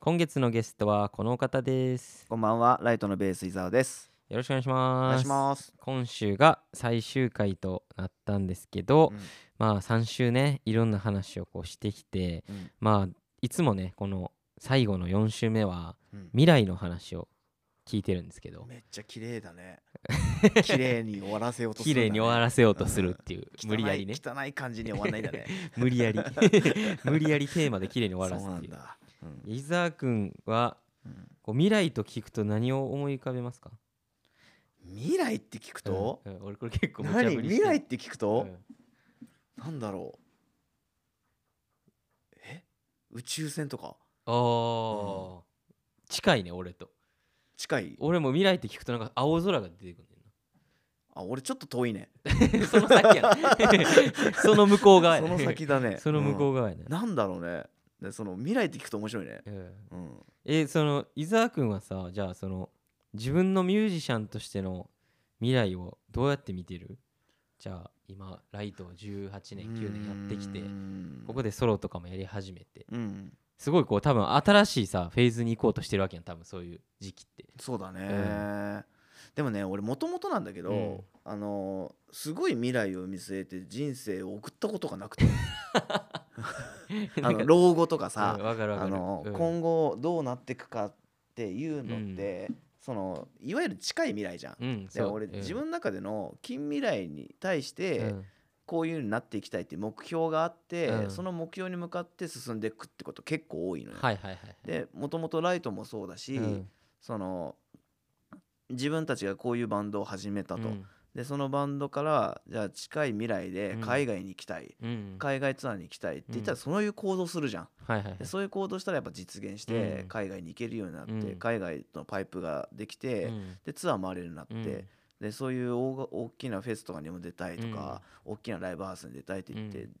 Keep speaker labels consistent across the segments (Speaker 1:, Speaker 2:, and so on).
Speaker 1: 今月のゲストはこの方です
Speaker 2: こんばんは、ライトのベース伊沢です。
Speaker 1: よろしくお願いし
Speaker 2: お願
Speaker 1: ま
Speaker 2: い
Speaker 1: す
Speaker 2: します。
Speaker 1: 今週が最終回となったんですけど、
Speaker 2: うん
Speaker 1: まあ3週ねいろんな話をこうしてきて
Speaker 2: うん
Speaker 1: まあいつもねこの最後の4週目は
Speaker 2: うん
Speaker 1: 未来の話を聞いてるんですけど
Speaker 2: めっちゃ綺麗だ ね。綺麗に終わらせようとする
Speaker 1: 綺
Speaker 2: んだね。
Speaker 1: 麗に終わらせようとするっていう、
Speaker 2: 汚い
Speaker 1: 無理やりね
Speaker 2: 汚い感じに終わんないんだね。
Speaker 1: 無理や り無理やりテーマで綺麗に 終わら
Speaker 2: そう
Speaker 1: す
Speaker 2: な
Speaker 1: って
Speaker 2: ん
Speaker 1: いう
Speaker 2: だ。うん
Speaker 1: 伊沢君は
Speaker 2: うん
Speaker 1: こう未来と聞くと何を思い浮かべますか
Speaker 2: 未来って聞くと、
Speaker 1: うんうん俺これ結構無茶
Speaker 2: 何
Speaker 1: ぶりし
Speaker 2: 未
Speaker 1: て
Speaker 2: 来って聞くと
Speaker 1: う、ん
Speaker 2: なんだろう。え宇宙船とか
Speaker 1: あー、近いね俺と
Speaker 2: 近い
Speaker 1: 俺も未来って聞くとなんか青空が出てくるんだよな
Speaker 2: あ、俺ちょっと遠いね。
Speaker 1: その先やねその向こう側や
Speaker 2: そ
Speaker 1: ね
Speaker 2: の先だね
Speaker 1: 。その向こ
Speaker 2: う
Speaker 1: う側やね
Speaker 2: ん、、なんだろうね。でその未来って聞くと面白いね。
Speaker 1: うん
Speaker 2: うん。
Speaker 1: えその伊沢君はさじゃあその自分のミュージシャンとしての未来をどうやって見てるじゃあ今ライトを18年9年やってきて
Speaker 2: うん
Speaker 1: ここでソロとかもやり始めて
Speaker 2: うん、
Speaker 1: すごいこう多分新しいさフェーズに行こうとしてるわけやん多分そういう時期って
Speaker 2: そうだね、でもね俺もともとなんだけど、
Speaker 1: うん
Speaker 2: あのーすごい未来を見据えて人生を送ったことがなくてあ
Speaker 1: なんか
Speaker 2: の老後とかさ
Speaker 1: うん、わかるわか
Speaker 2: あ
Speaker 1: る
Speaker 2: のー
Speaker 1: うん
Speaker 2: 今後どうなっていくかっていうのって、そのいわゆる近い未来じゃん。
Speaker 1: うん
Speaker 2: で俺、自分の中での近未来に対して、こういう風になっていきたいって目標があって、
Speaker 1: うん
Speaker 2: その目標に向かって進んでいくってこと結構多いのよ。
Speaker 1: はいはいはい
Speaker 2: でもともとライトもそうだし、
Speaker 1: うん
Speaker 2: その自分たちがこういうバンドを始めたと、
Speaker 1: うん
Speaker 2: でそのバンドからじゃあ近い未来で
Speaker 1: うん
Speaker 2: 海外に行きたい、
Speaker 1: うん
Speaker 2: 海外ツアーに行きたいって言った
Speaker 1: う
Speaker 2: ら
Speaker 1: ん
Speaker 2: そういう行動するじゃん、
Speaker 1: はいはいはい
Speaker 2: でそういう行動したらやっぱ実現して、
Speaker 1: うん
Speaker 2: 海外に行けるようになって、
Speaker 1: うん
Speaker 2: 海外のパイプができて、
Speaker 1: うん
Speaker 2: でツアー回れるようになって、
Speaker 1: うん
Speaker 2: でそういう大が大きなフェスとかにも出たいとか、大きなライブハウスに出たいって言って、
Speaker 1: うん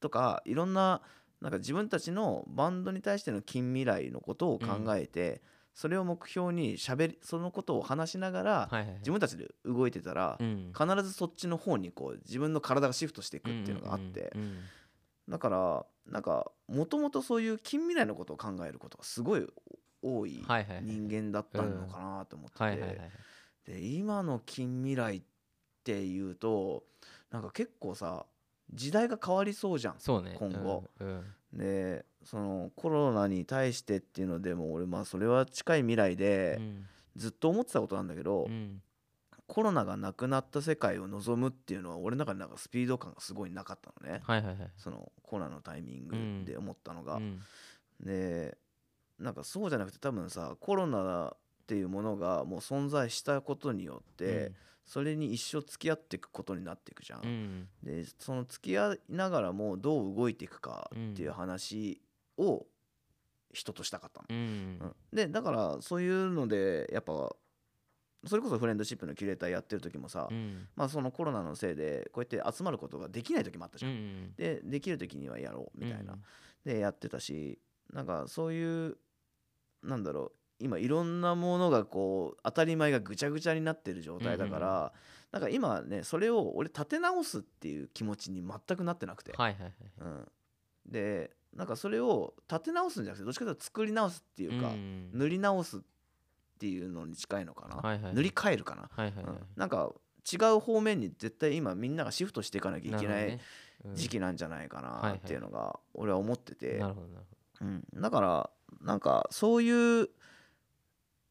Speaker 2: とかいろんななんか自分たちのバンドに対しての近未来のことを考えて、それを目標にしゃべりそのことを話しながら、
Speaker 1: はいはいはい
Speaker 2: 自分たちで動いてたら、
Speaker 1: うん
Speaker 2: 必ずそっちの方にこう自分の体がシフトしていくっていうのがあって、
Speaker 1: うんうんうんうん
Speaker 2: だからなんかもともとそういう近未来のことを考えることがすごい多い
Speaker 1: はいはいはい
Speaker 2: 人間だったのかなと思ってて。
Speaker 1: はいはいはい
Speaker 2: で今の近未来っていうとなんか結構さ時代が変わりそうじゃん。
Speaker 1: そうね
Speaker 2: 今後
Speaker 1: うんうん
Speaker 2: でそのコロナに対してっていうのでも俺まあそれは近い未来
Speaker 1: う
Speaker 2: で
Speaker 1: ん
Speaker 2: ずっと思ってたことなんだけど、
Speaker 1: うん
Speaker 2: コロナがなくなった世界を望むっていうのは俺の中でなんかスピード感がすごいなかったのね。
Speaker 1: はいはいはい
Speaker 2: そのコロナのタイミングで思ったのが、
Speaker 1: うん
Speaker 2: でなんかそうじゃなくて多分さコロナっていうものがもう存在したことによって、それに一生付き合っていくことになっていくじゃん。
Speaker 1: うんうん
Speaker 2: でその付き合いながらもどう動いていくかっていう話を人としたかったの。
Speaker 1: うん
Speaker 2: うんでだからそういうのでやっぱそれこそフレンドシップのキュレーターやってる時もさ、
Speaker 1: うん
Speaker 2: まあ、そのコロナのせいでこうやって集まることができない時もあったじ
Speaker 1: う
Speaker 2: ゃん。
Speaker 1: ん
Speaker 2: でできる時にはやろうみたいな。
Speaker 1: うん
Speaker 2: でやってたしなんかそういうなんだろう今いろんなものがこう当たり前がぐちゃぐちゃになってる状態だから、
Speaker 1: うんうん
Speaker 2: なんか今ねそれを俺立て直すっていう気持ちに全くなってなくて、
Speaker 1: はいはいはい
Speaker 2: うん、でなんかそれを立て直すんじゃなくてどっちかというと作り直すっていうか、
Speaker 1: ん
Speaker 2: 塗り直すっていうのに近いのかな、
Speaker 1: はいはいはい
Speaker 2: 塗り替えるかな、
Speaker 1: はいはいはい
Speaker 2: うん、なんか違う方面に絶対今みんながシフトしていかなきゃいけない時期なんじゃないかなっていうのが俺は思ってて、
Speaker 1: なるほどね
Speaker 2: うん、だからなんかそういう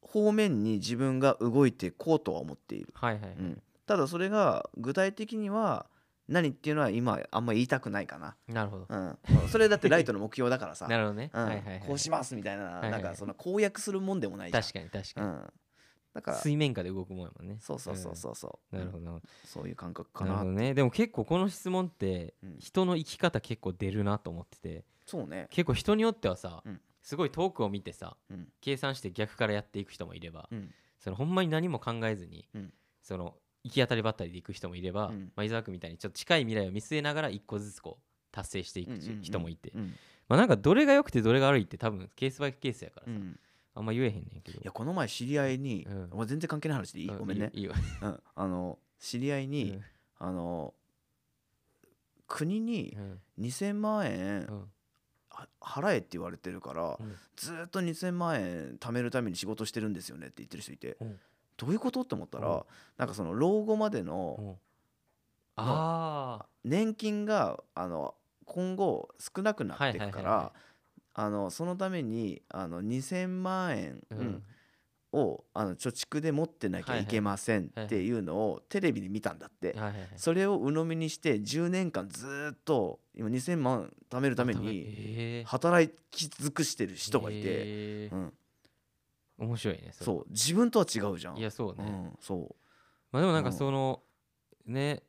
Speaker 2: 方面に自分が動いていこうとは思っている、
Speaker 1: うんはいはいはい
Speaker 2: うん、ただそれが具体的には何っていうのは今あんま言いたくないかな、
Speaker 1: なるほど
Speaker 2: うん、それだってライトの目標だから さ
Speaker 1: なるほどね
Speaker 2: うん
Speaker 1: はいはいはい
Speaker 2: こうしますみたいな、
Speaker 1: いはい
Speaker 2: なんかその公約するもんでもないじゃん
Speaker 1: 確かに確かに
Speaker 2: うん、だから
Speaker 1: 水面下で動くもんやもんね
Speaker 2: そうそうそうそうそ
Speaker 1: う
Speaker 2: う、
Speaker 1: んなるほどなるほど
Speaker 2: そういう感覚か
Speaker 1: なる
Speaker 2: な
Speaker 1: ほどねでも結構この質問って
Speaker 2: うん
Speaker 1: 人の生き方結構出るなと思ってて
Speaker 2: そうね
Speaker 1: 結構人によってはさ、
Speaker 2: うん
Speaker 1: すごい遠くを見てさ
Speaker 2: うん
Speaker 1: 計算して逆からやっていく人もいれば、
Speaker 2: うん
Speaker 1: そのほんまに何も考えずに、
Speaker 2: うん
Speaker 1: その行き当たりばったりで行く人もいれば、
Speaker 2: うん
Speaker 1: まあ、伊沢君みたいにちょっと近い未来を見据えながら一個ずつこう達成していく
Speaker 2: うんうんうん
Speaker 1: 人もいて、
Speaker 2: うん
Speaker 1: まあ、なんかどれが良くてどれが悪いって多分ケースバイケースやから
Speaker 2: う
Speaker 1: さ、
Speaker 2: ん
Speaker 1: あんま言えへんねんけど
Speaker 2: いやこの前知り合いに、
Speaker 1: うん
Speaker 2: 俺全然関係ない話でいい、
Speaker 1: う
Speaker 2: ごめんね
Speaker 1: いいいいわ
Speaker 2: うん、あの知り合いに、あの国に
Speaker 1: うん
Speaker 2: 2000万円
Speaker 1: うん
Speaker 2: あは払えって言われてるから、
Speaker 1: うん
Speaker 2: ずーっと2,000万円貯めるために仕事してるんですよねって言ってる人いて、
Speaker 1: うん
Speaker 2: どういうことって思ったら、
Speaker 1: うん
Speaker 2: なんかその老後までの
Speaker 1: うんあ
Speaker 2: 年金があの今後少なくなっていく
Speaker 1: はいは
Speaker 2: か
Speaker 1: いはいは
Speaker 2: らあのそのためにあの2,000万円、
Speaker 1: あ、
Speaker 2: うんをあの貯蓄で持ってなきゃいけませんっていうのをテレビで見たんだっ
Speaker 1: は
Speaker 2: て、
Speaker 1: いはいはい
Speaker 2: それを鵜呑みにして10年間ずーっと今2,000万貯めるために
Speaker 1: に
Speaker 2: 働き尽くしてる人がいて、
Speaker 1: て
Speaker 2: うん、
Speaker 1: 面白いねそれ
Speaker 2: そう自分とは違うじゃん。
Speaker 1: いやそう
Speaker 2: う
Speaker 1: ね
Speaker 2: ん、そ
Speaker 1: まあでもなん
Speaker 2: う
Speaker 1: か
Speaker 2: ん
Speaker 1: そのね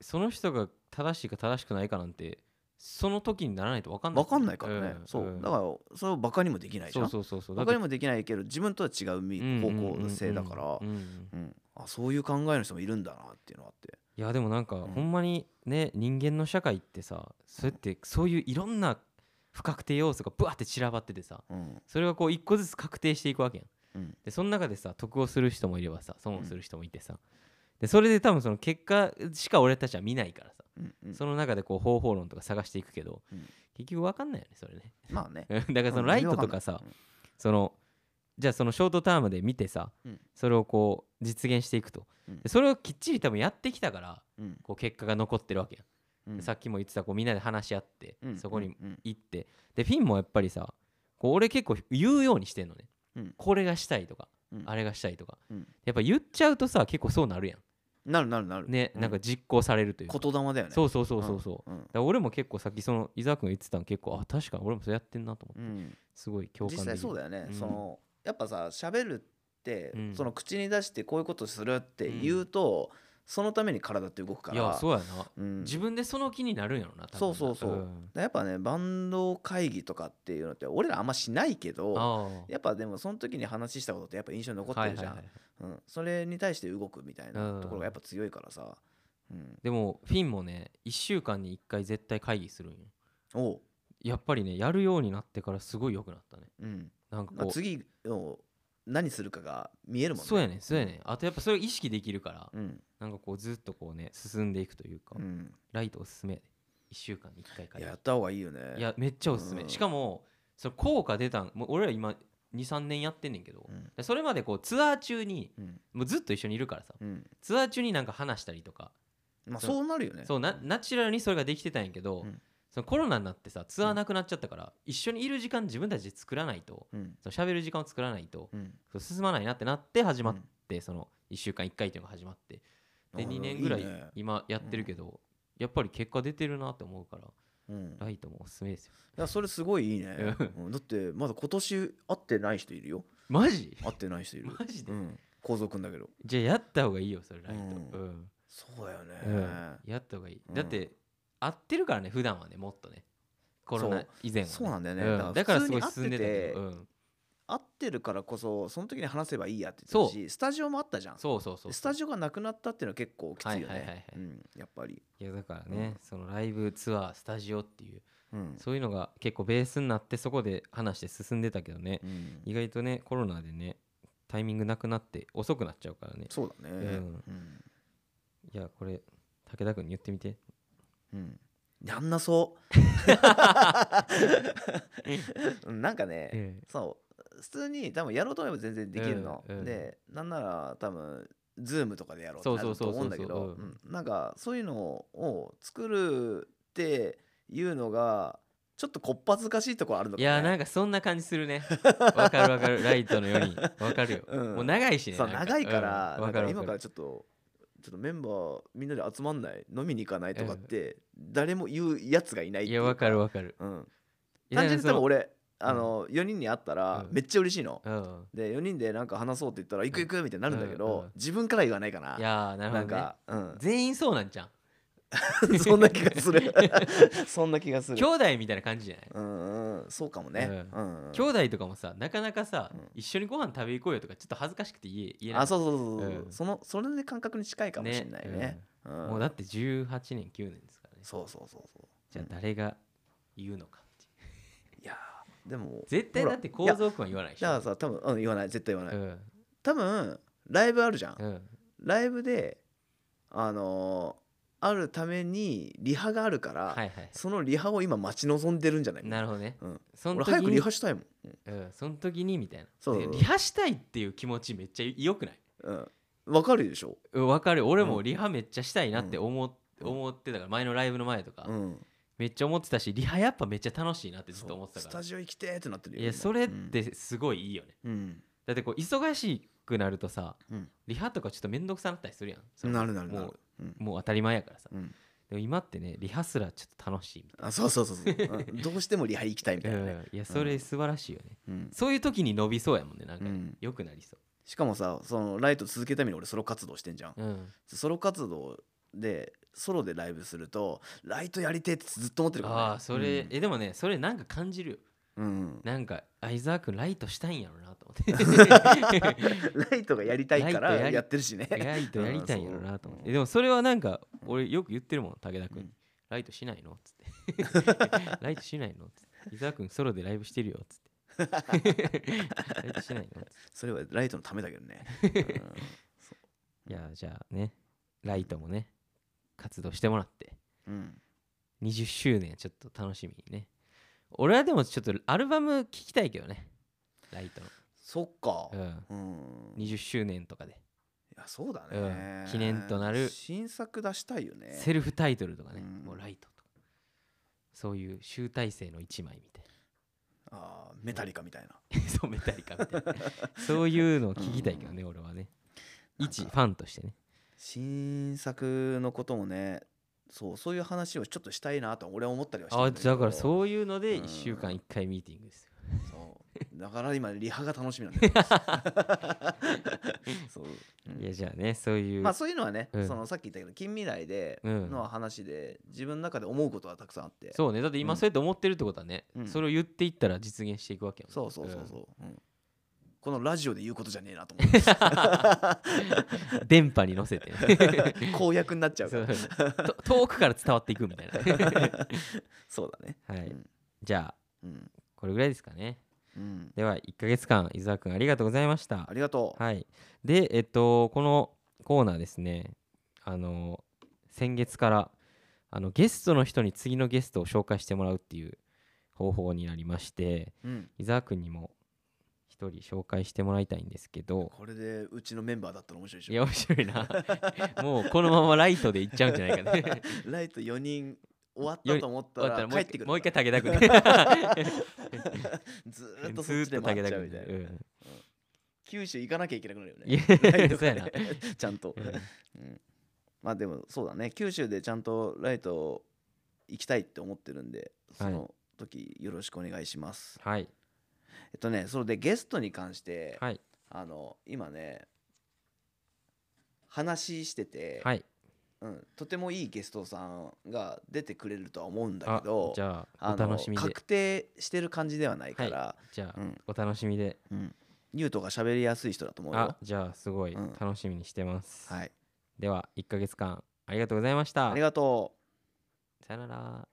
Speaker 1: その人が正しいか正しくないかなんてその時にならないと分か
Speaker 2: うん
Speaker 1: ない
Speaker 2: 分かんないからね、
Speaker 1: ん
Speaker 2: そうだ
Speaker 1: ら
Speaker 2: からそれをバカにもできないじゃ
Speaker 1: そうんそうそうそう
Speaker 2: バカにもできないけど自分とは違うみ
Speaker 1: うんうんうんうん
Speaker 2: 方向性だから、
Speaker 1: うんうん
Speaker 2: うん、あそういう考えの人もいるんだなっていうのがあって
Speaker 1: いやでもなんか
Speaker 2: ん
Speaker 1: ほんまにね人間の社会ってさそうやってそういういろんな不確定要素がブワって散らばっててさ
Speaker 2: うん
Speaker 1: それがこう一個ずつ確定していくわけやん
Speaker 2: うん
Speaker 1: でその中でさ得をする人もいればさ損をする人もいてさでそれで多分その結果しか俺たちは見ないからさ
Speaker 2: うんうん
Speaker 1: その中でこう方法論とか探していくけど
Speaker 2: うん
Speaker 1: 結局分かんないよねそれね
Speaker 2: まあね
Speaker 1: だからそのライトとかさそのじゃあそのショートタームで見てさ
Speaker 2: うん
Speaker 1: それをこう実現していくと
Speaker 2: うん
Speaker 1: でそれをきっちり多分やってきたから
Speaker 2: うん
Speaker 1: こう結果が残ってるわけやん
Speaker 2: うん、
Speaker 1: さっきも言ってたこうみんなで話し合って
Speaker 2: うん
Speaker 1: そこに
Speaker 2: うん
Speaker 1: 行ってでフィンもやっぱりさこう俺結構言うようにしてんのね、
Speaker 2: うん
Speaker 1: これがしたいとか、
Speaker 2: うん
Speaker 1: あれがしたいとか、
Speaker 2: うん
Speaker 1: やっぱ言っちゃうとさ結構そうなるや
Speaker 2: なるなるなる
Speaker 1: んね、
Speaker 2: う
Speaker 1: なんか実行されるというか
Speaker 2: 言霊だよね
Speaker 1: そうそうそうそうそう、だか
Speaker 2: うん
Speaker 1: ら俺も結構さっきその伊沢君が言ってたの結構あ確かに俺もそうやってんなと思って、
Speaker 2: うん
Speaker 1: すごい共感でき
Speaker 2: 実際
Speaker 1: る
Speaker 2: そうだよね、
Speaker 1: うん
Speaker 2: そのやっぱさ喋るって、
Speaker 1: うん
Speaker 2: その口に出してこういうことするって言うと、そのために体って動くから
Speaker 1: いやそうやな、
Speaker 2: うん、
Speaker 1: 自分でその気になるんやろな多分
Speaker 2: そうそうそう
Speaker 1: うん
Speaker 2: やっぱねバンド会議とかっていうのって俺らあんましないけど
Speaker 1: ああ
Speaker 2: やっぱでもその時に話したことってやっぱ印象に残ってるじゃ
Speaker 1: は
Speaker 2: ん、
Speaker 1: いはいはい
Speaker 2: うん、それに対して動くみたいな
Speaker 1: うん
Speaker 2: ところがやっぱ強いからさ、うん、
Speaker 1: でもフィンもね1週間に1回絶対会議するんよ
Speaker 2: おう、
Speaker 1: やっぱりねやるようになってからすごい良くなったね
Speaker 2: うん
Speaker 1: なんか
Speaker 2: まあ、
Speaker 1: こう
Speaker 2: 次を何するかが見えるもんね
Speaker 1: そうやねんそうやねんあとやっぱそれを意識できるから
Speaker 2: うん
Speaker 1: なんかこうずっとこうね進んでいくというか
Speaker 2: うん、
Speaker 1: ライトおすすめやで1週間に1回会
Speaker 2: い
Speaker 1: 議
Speaker 2: ややった方がいいよね
Speaker 1: いやめっちゃおすすめ
Speaker 2: うん
Speaker 1: しかもその効果出たんもう俺ら今23年やってんねんけど
Speaker 2: うん
Speaker 1: でそれまでこうツアー中に
Speaker 2: うん
Speaker 1: もうずっと一緒にいるからさ
Speaker 2: うん
Speaker 1: ツアー中になんか話したりとか
Speaker 2: まあ
Speaker 1: そう
Speaker 2: そうなるよね
Speaker 1: そうなナチュラルにそれができてたんやけど
Speaker 2: うん
Speaker 1: そのコロナになってさツアーなくなっちゃったから一緒にいる時間自分たちで作らないと
Speaker 2: うん
Speaker 1: その喋る時間を作らないと
Speaker 2: うん
Speaker 1: そう進まないなってなって始まっ
Speaker 2: うん
Speaker 1: て、その1週間1回っていうのが始まってで
Speaker 2: あ
Speaker 1: 2年ぐらい
Speaker 2: いね
Speaker 1: 今やってるけどやっぱり結果出てるなって思うから
Speaker 2: うん
Speaker 1: ライトもおすすめですよ
Speaker 2: いやそれすごいいいね
Speaker 1: う
Speaker 2: うんだってまだ今年会ってない人いるよ
Speaker 1: マジ
Speaker 2: 会ってない人 いる
Speaker 1: マジで、
Speaker 2: うん構造くんだけど
Speaker 1: じゃあやった方がいいよそれライト、
Speaker 2: うん
Speaker 1: うん
Speaker 2: そうだよね
Speaker 1: うんやった方がいい、
Speaker 2: うん
Speaker 1: だって合ってるからね普段はねもっとねコロナ以前はね、
Speaker 2: そうなんだよね
Speaker 1: う
Speaker 2: だから
Speaker 1: だから
Speaker 2: 普
Speaker 1: す
Speaker 2: 通
Speaker 1: ご
Speaker 2: に
Speaker 1: い進んでたけど、
Speaker 2: 会
Speaker 1: うん、
Speaker 2: 会ってるからこそその時に話せばいいやって言ってたしスタジオもあったじゃん
Speaker 1: そうそうそう
Speaker 2: スタジオがなくなったっていうのは結構きついよ
Speaker 1: はいはいはいはい
Speaker 2: ねうんやっぱり
Speaker 1: いやだからね、
Speaker 2: うん
Speaker 1: そのライブツアースタジオっていう
Speaker 2: うん
Speaker 1: そういうのが結構ベースになってそこで話して進んでたけどね、
Speaker 2: うん
Speaker 1: 意外とねコロナでねタイミングなくなって遅くなっちゃうからね
Speaker 2: そうだね
Speaker 1: うん
Speaker 2: うん
Speaker 1: いやこれ武田君に言ってみて
Speaker 2: うんやんなそううんなんかね
Speaker 1: え
Speaker 2: そう普通に多分やろうと思えば全然できるの、
Speaker 1: うんうん
Speaker 2: でなんなら多分ズームとかでやろうってなると思うんだけ
Speaker 1: そうそう
Speaker 2: ど
Speaker 1: そうそう
Speaker 2: うんなんかそういうのを作るっていうのがちょっとこっぱずかしいところあるの
Speaker 1: い
Speaker 2: か
Speaker 1: やなん
Speaker 2: か
Speaker 1: かそんな感じする ねわかるわかるライトのようにわかるよ、
Speaker 2: うん
Speaker 1: もう長いしね
Speaker 2: そう
Speaker 1: なんか
Speaker 2: 長いから、
Speaker 1: うんわ、
Speaker 2: な
Speaker 1: か
Speaker 2: ん
Speaker 1: るわ
Speaker 2: か今
Speaker 1: か
Speaker 2: から
Speaker 1: る
Speaker 2: ちょっとちょっとメンバーみんなで集まんない飲みに行かないとかって誰も言うやつがいないって
Speaker 1: いうやわかるわかる
Speaker 2: うん、
Speaker 1: いや
Speaker 2: 単純に多分俺
Speaker 1: ん
Speaker 2: あの4人に会ったら
Speaker 1: うん
Speaker 2: めっちゃ嬉しいの、
Speaker 1: そのうん
Speaker 2: で4人でなんか話そうって言ったら行く行くみたいになるんだけど、
Speaker 1: うんうん
Speaker 2: 自分から言わないかない
Speaker 1: やーなるほ
Speaker 2: な
Speaker 1: ど
Speaker 2: ん
Speaker 1: ね
Speaker 2: か、うん
Speaker 1: 全員そうなんじゃん
Speaker 2: そんな気がするそんな気がする
Speaker 1: 兄弟みたいな感じじゃない、
Speaker 2: うんうんそうかもね、
Speaker 1: う
Speaker 2: うんうん
Speaker 1: 兄弟とかもさなかなかさ、
Speaker 2: うん
Speaker 1: 一緒にご飯食べ行こうよとかちょっと恥ずかしくて言え言えない
Speaker 2: あそうそうそうそう、
Speaker 1: うん
Speaker 2: そのそれで感覚に近いかもしれないね
Speaker 1: ね
Speaker 2: うん
Speaker 1: もうだって18年9年ですからね
Speaker 2: そうそうそうそう
Speaker 1: じゃあ誰が言うのかっていう
Speaker 2: いやーでも
Speaker 1: 絶対
Speaker 2: ほ
Speaker 1: だ
Speaker 2: ら
Speaker 1: って
Speaker 2: い
Speaker 1: 構
Speaker 2: や
Speaker 1: 造君は言わないでし
Speaker 2: だか
Speaker 1: ょ
Speaker 2: らさ多分、うん、言わない絶対言わ
Speaker 1: う
Speaker 2: ない、
Speaker 1: ん
Speaker 2: 多分ライブあるじゃん、
Speaker 1: うん
Speaker 2: ライブであのあるためにリハがあるから、
Speaker 1: はいはい
Speaker 2: そのリハを今待ち望んでるんじゃない
Speaker 1: なるほどね
Speaker 2: うん、
Speaker 1: その
Speaker 2: 俺
Speaker 1: 時
Speaker 2: 早く
Speaker 1: に
Speaker 2: リハしたいもん、
Speaker 1: うん、その時にみたいな
Speaker 2: そう
Speaker 1: でリハしたいっていう気持ちめっちゃ良くない
Speaker 2: うん、わかるでしょ、
Speaker 1: うんわかる俺
Speaker 2: う
Speaker 1: も
Speaker 2: ん
Speaker 1: リハめっちゃしたいなって思,、
Speaker 2: うん
Speaker 1: 思ってたから前のライブの前とか、
Speaker 2: うん、
Speaker 1: めっちゃ思ってたしリハやっぱめっちゃ楽しいなってずっと思って
Speaker 2: そう
Speaker 1: た
Speaker 2: ス
Speaker 1: か
Speaker 2: タジオ行きてーってなってる
Speaker 1: ら
Speaker 2: よ
Speaker 1: いやそれっ、てすごいいいよね、
Speaker 2: 今うん
Speaker 1: だってこう忙しくなるとさ
Speaker 2: うん
Speaker 1: リハとかちょっと面倒くさなったりするやん
Speaker 2: う
Speaker 1: そ
Speaker 2: ん、
Speaker 1: の
Speaker 2: なるなるな
Speaker 1: も
Speaker 2: る
Speaker 1: う
Speaker 2: うん
Speaker 1: もう当たり前やからさ
Speaker 2: うん
Speaker 1: でも今ってねリハすらちょっと楽しいみ
Speaker 2: あそうそうそうそう、うんどうしてもリハ行きたいみ
Speaker 1: た
Speaker 2: たい
Speaker 1: い
Speaker 2: な
Speaker 1: な、
Speaker 2: ね、
Speaker 1: いやそれ素晴らしいよね、
Speaker 2: うん
Speaker 1: そういう時に伸びそうやもんねなんか、
Speaker 2: うん
Speaker 1: よくなりそ
Speaker 2: しかもさそのライト続けるために俺ソロ活動してんじゃん
Speaker 1: う、うん、
Speaker 2: ソロ活動でソロでライブするとライトやりてーってずっと思ってるから、ね、
Speaker 1: ああそれ、えでもねそれなんか感じるよ
Speaker 2: うん、うん
Speaker 1: なんか相沢君ライトしたいんやろなと思 って
Speaker 2: ライトがやりたいから
Speaker 1: ライトやり
Speaker 2: やってるしね
Speaker 1: ライトやりたいんやろなと思っ
Speaker 2: うんそ
Speaker 1: て
Speaker 2: う
Speaker 1: でもそれはなんか俺よく言ってるもん武田君、
Speaker 2: うん
Speaker 1: ライトしないのっつっ てライトしないのっつって伊沢君ソロでライブしてるよっつってライトしないのっつって
Speaker 2: それはライトのためだけ どね、うん
Speaker 1: いやじゃあねライトもね活動してもらって
Speaker 2: うん
Speaker 1: 20周年ちょっと楽しみにね俺はでもちょっとアルバム聴きたいけどねライト
Speaker 2: そっか、
Speaker 1: の、うん、
Speaker 2: うんい
Speaker 1: 20周年とかで
Speaker 2: やそうだね、
Speaker 1: うん記念となる
Speaker 2: 新作出したいよね
Speaker 1: セルフタイトルとかね、
Speaker 2: うん
Speaker 1: もうライトとかそういう集大成の一枚みたい
Speaker 2: あーメタリカみたいな
Speaker 1: な そうメタリカみた いなそういうのを聞きたいけどね、俺はね
Speaker 2: なんか
Speaker 1: 一ファンとしてね
Speaker 2: 新作のこともねそうそういう話をちょっとしたいなと俺は思ったりはしてる
Speaker 1: あ
Speaker 2: んけど
Speaker 1: だからそういうので
Speaker 2: うん
Speaker 1: 1週間1回ミーティングですよ
Speaker 2: そうだから今リハが楽しみなん だよ そううん
Speaker 1: いやじゃあねそういう、
Speaker 2: まあそういうのはね、
Speaker 1: うん
Speaker 2: そのさっき言ったけど近未来で
Speaker 1: うん
Speaker 2: の話で、自分の中で思うことはたくさんあって
Speaker 1: そうねだって
Speaker 2: う
Speaker 1: 今
Speaker 2: ん
Speaker 1: そうやって思ってるってことはね、
Speaker 2: うん
Speaker 1: それを言っていったら実現していくわけよ、ね、
Speaker 2: そうそうそう
Speaker 1: うん
Speaker 2: そう、うんこのラジオで言うことじゃねえなと 思って
Speaker 1: 電波に乗せ てね
Speaker 2: 公約になっちゃうか
Speaker 1: そ
Speaker 2: ら
Speaker 1: うと遠くから伝わっていくみたい な
Speaker 2: そうだね
Speaker 1: はい、
Speaker 2: うん
Speaker 1: じゃあ
Speaker 2: うん、
Speaker 1: これぐらいですかね
Speaker 2: うん、
Speaker 1: では1ヶ月間伊沢くんありがとうございました
Speaker 2: ありがとう、
Speaker 1: はいでえっとこのコーナーですねあの先月からあのゲストの人に次のゲストを紹介してもらうっていう方法になりまして
Speaker 2: うん、
Speaker 1: 伊沢くんにも一人紹介してもらいたいんですけど
Speaker 2: これでうちのメンバーだったら面白いでしょ
Speaker 1: いや面白いな もうこのままライトでいっちゃうんじゃない かね
Speaker 2: ライト4人終わっ
Speaker 1: よ
Speaker 2: た
Speaker 1: り
Speaker 2: と思った
Speaker 1: 終わ
Speaker 2: ら
Speaker 1: もう
Speaker 2: 帰
Speaker 1: 一
Speaker 2: っ
Speaker 1: 回
Speaker 2: てくる
Speaker 1: もう一回
Speaker 2: から
Speaker 1: 武田君ず
Speaker 2: ずーっとそっ
Speaker 1: ーっ
Speaker 2: ちで
Speaker 1: と武
Speaker 2: 待っ
Speaker 1: 田
Speaker 2: ちゃう
Speaker 1: 君
Speaker 2: みたいな、
Speaker 1: でうん
Speaker 2: 九州行かなきゃいけなくなるよ
Speaker 1: い
Speaker 2: ね
Speaker 1: や
Speaker 2: ライト
Speaker 1: そうや
Speaker 2: が
Speaker 1: な
Speaker 2: ねちゃんと、
Speaker 1: うん
Speaker 2: うんまあでもそうだね九州でちゃんとライト行きたいって思ってるんでそ
Speaker 1: はい
Speaker 2: の時よろしくお願いします、
Speaker 1: はい
Speaker 2: えっとねそれでゲストに関して、
Speaker 1: はい
Speaker 2: あの今ね話してて、
Speaker 1: はい
Speaker 2: うん、とてもいいゲストさんが出てくれるとは思うんだ
Speaker 1: あ
Speaker 2: けど
Speaker 1: じゃあ
Speaker 2: あ
Speaker 1: お
Speaker 2: の
Speaker 1: 楽しみで
Speaker 2: 確定してる感じではないから、
Speaker 1: じゃあ
Speaker 2: うん
Speaker 1: お楽しみで
Speaker 2: うん、ニュートが喋りやすい人だと思うよ
Speaker 1: あ。じゃあすごい
Speaker 2: うん
Speaker 1: 楽しみにしてます、
Speaker 2: はい、
Speaker 1: では1ヶ月間ありがとうございました
Speaker 2: ありがとう。
Speaker 1: さよなら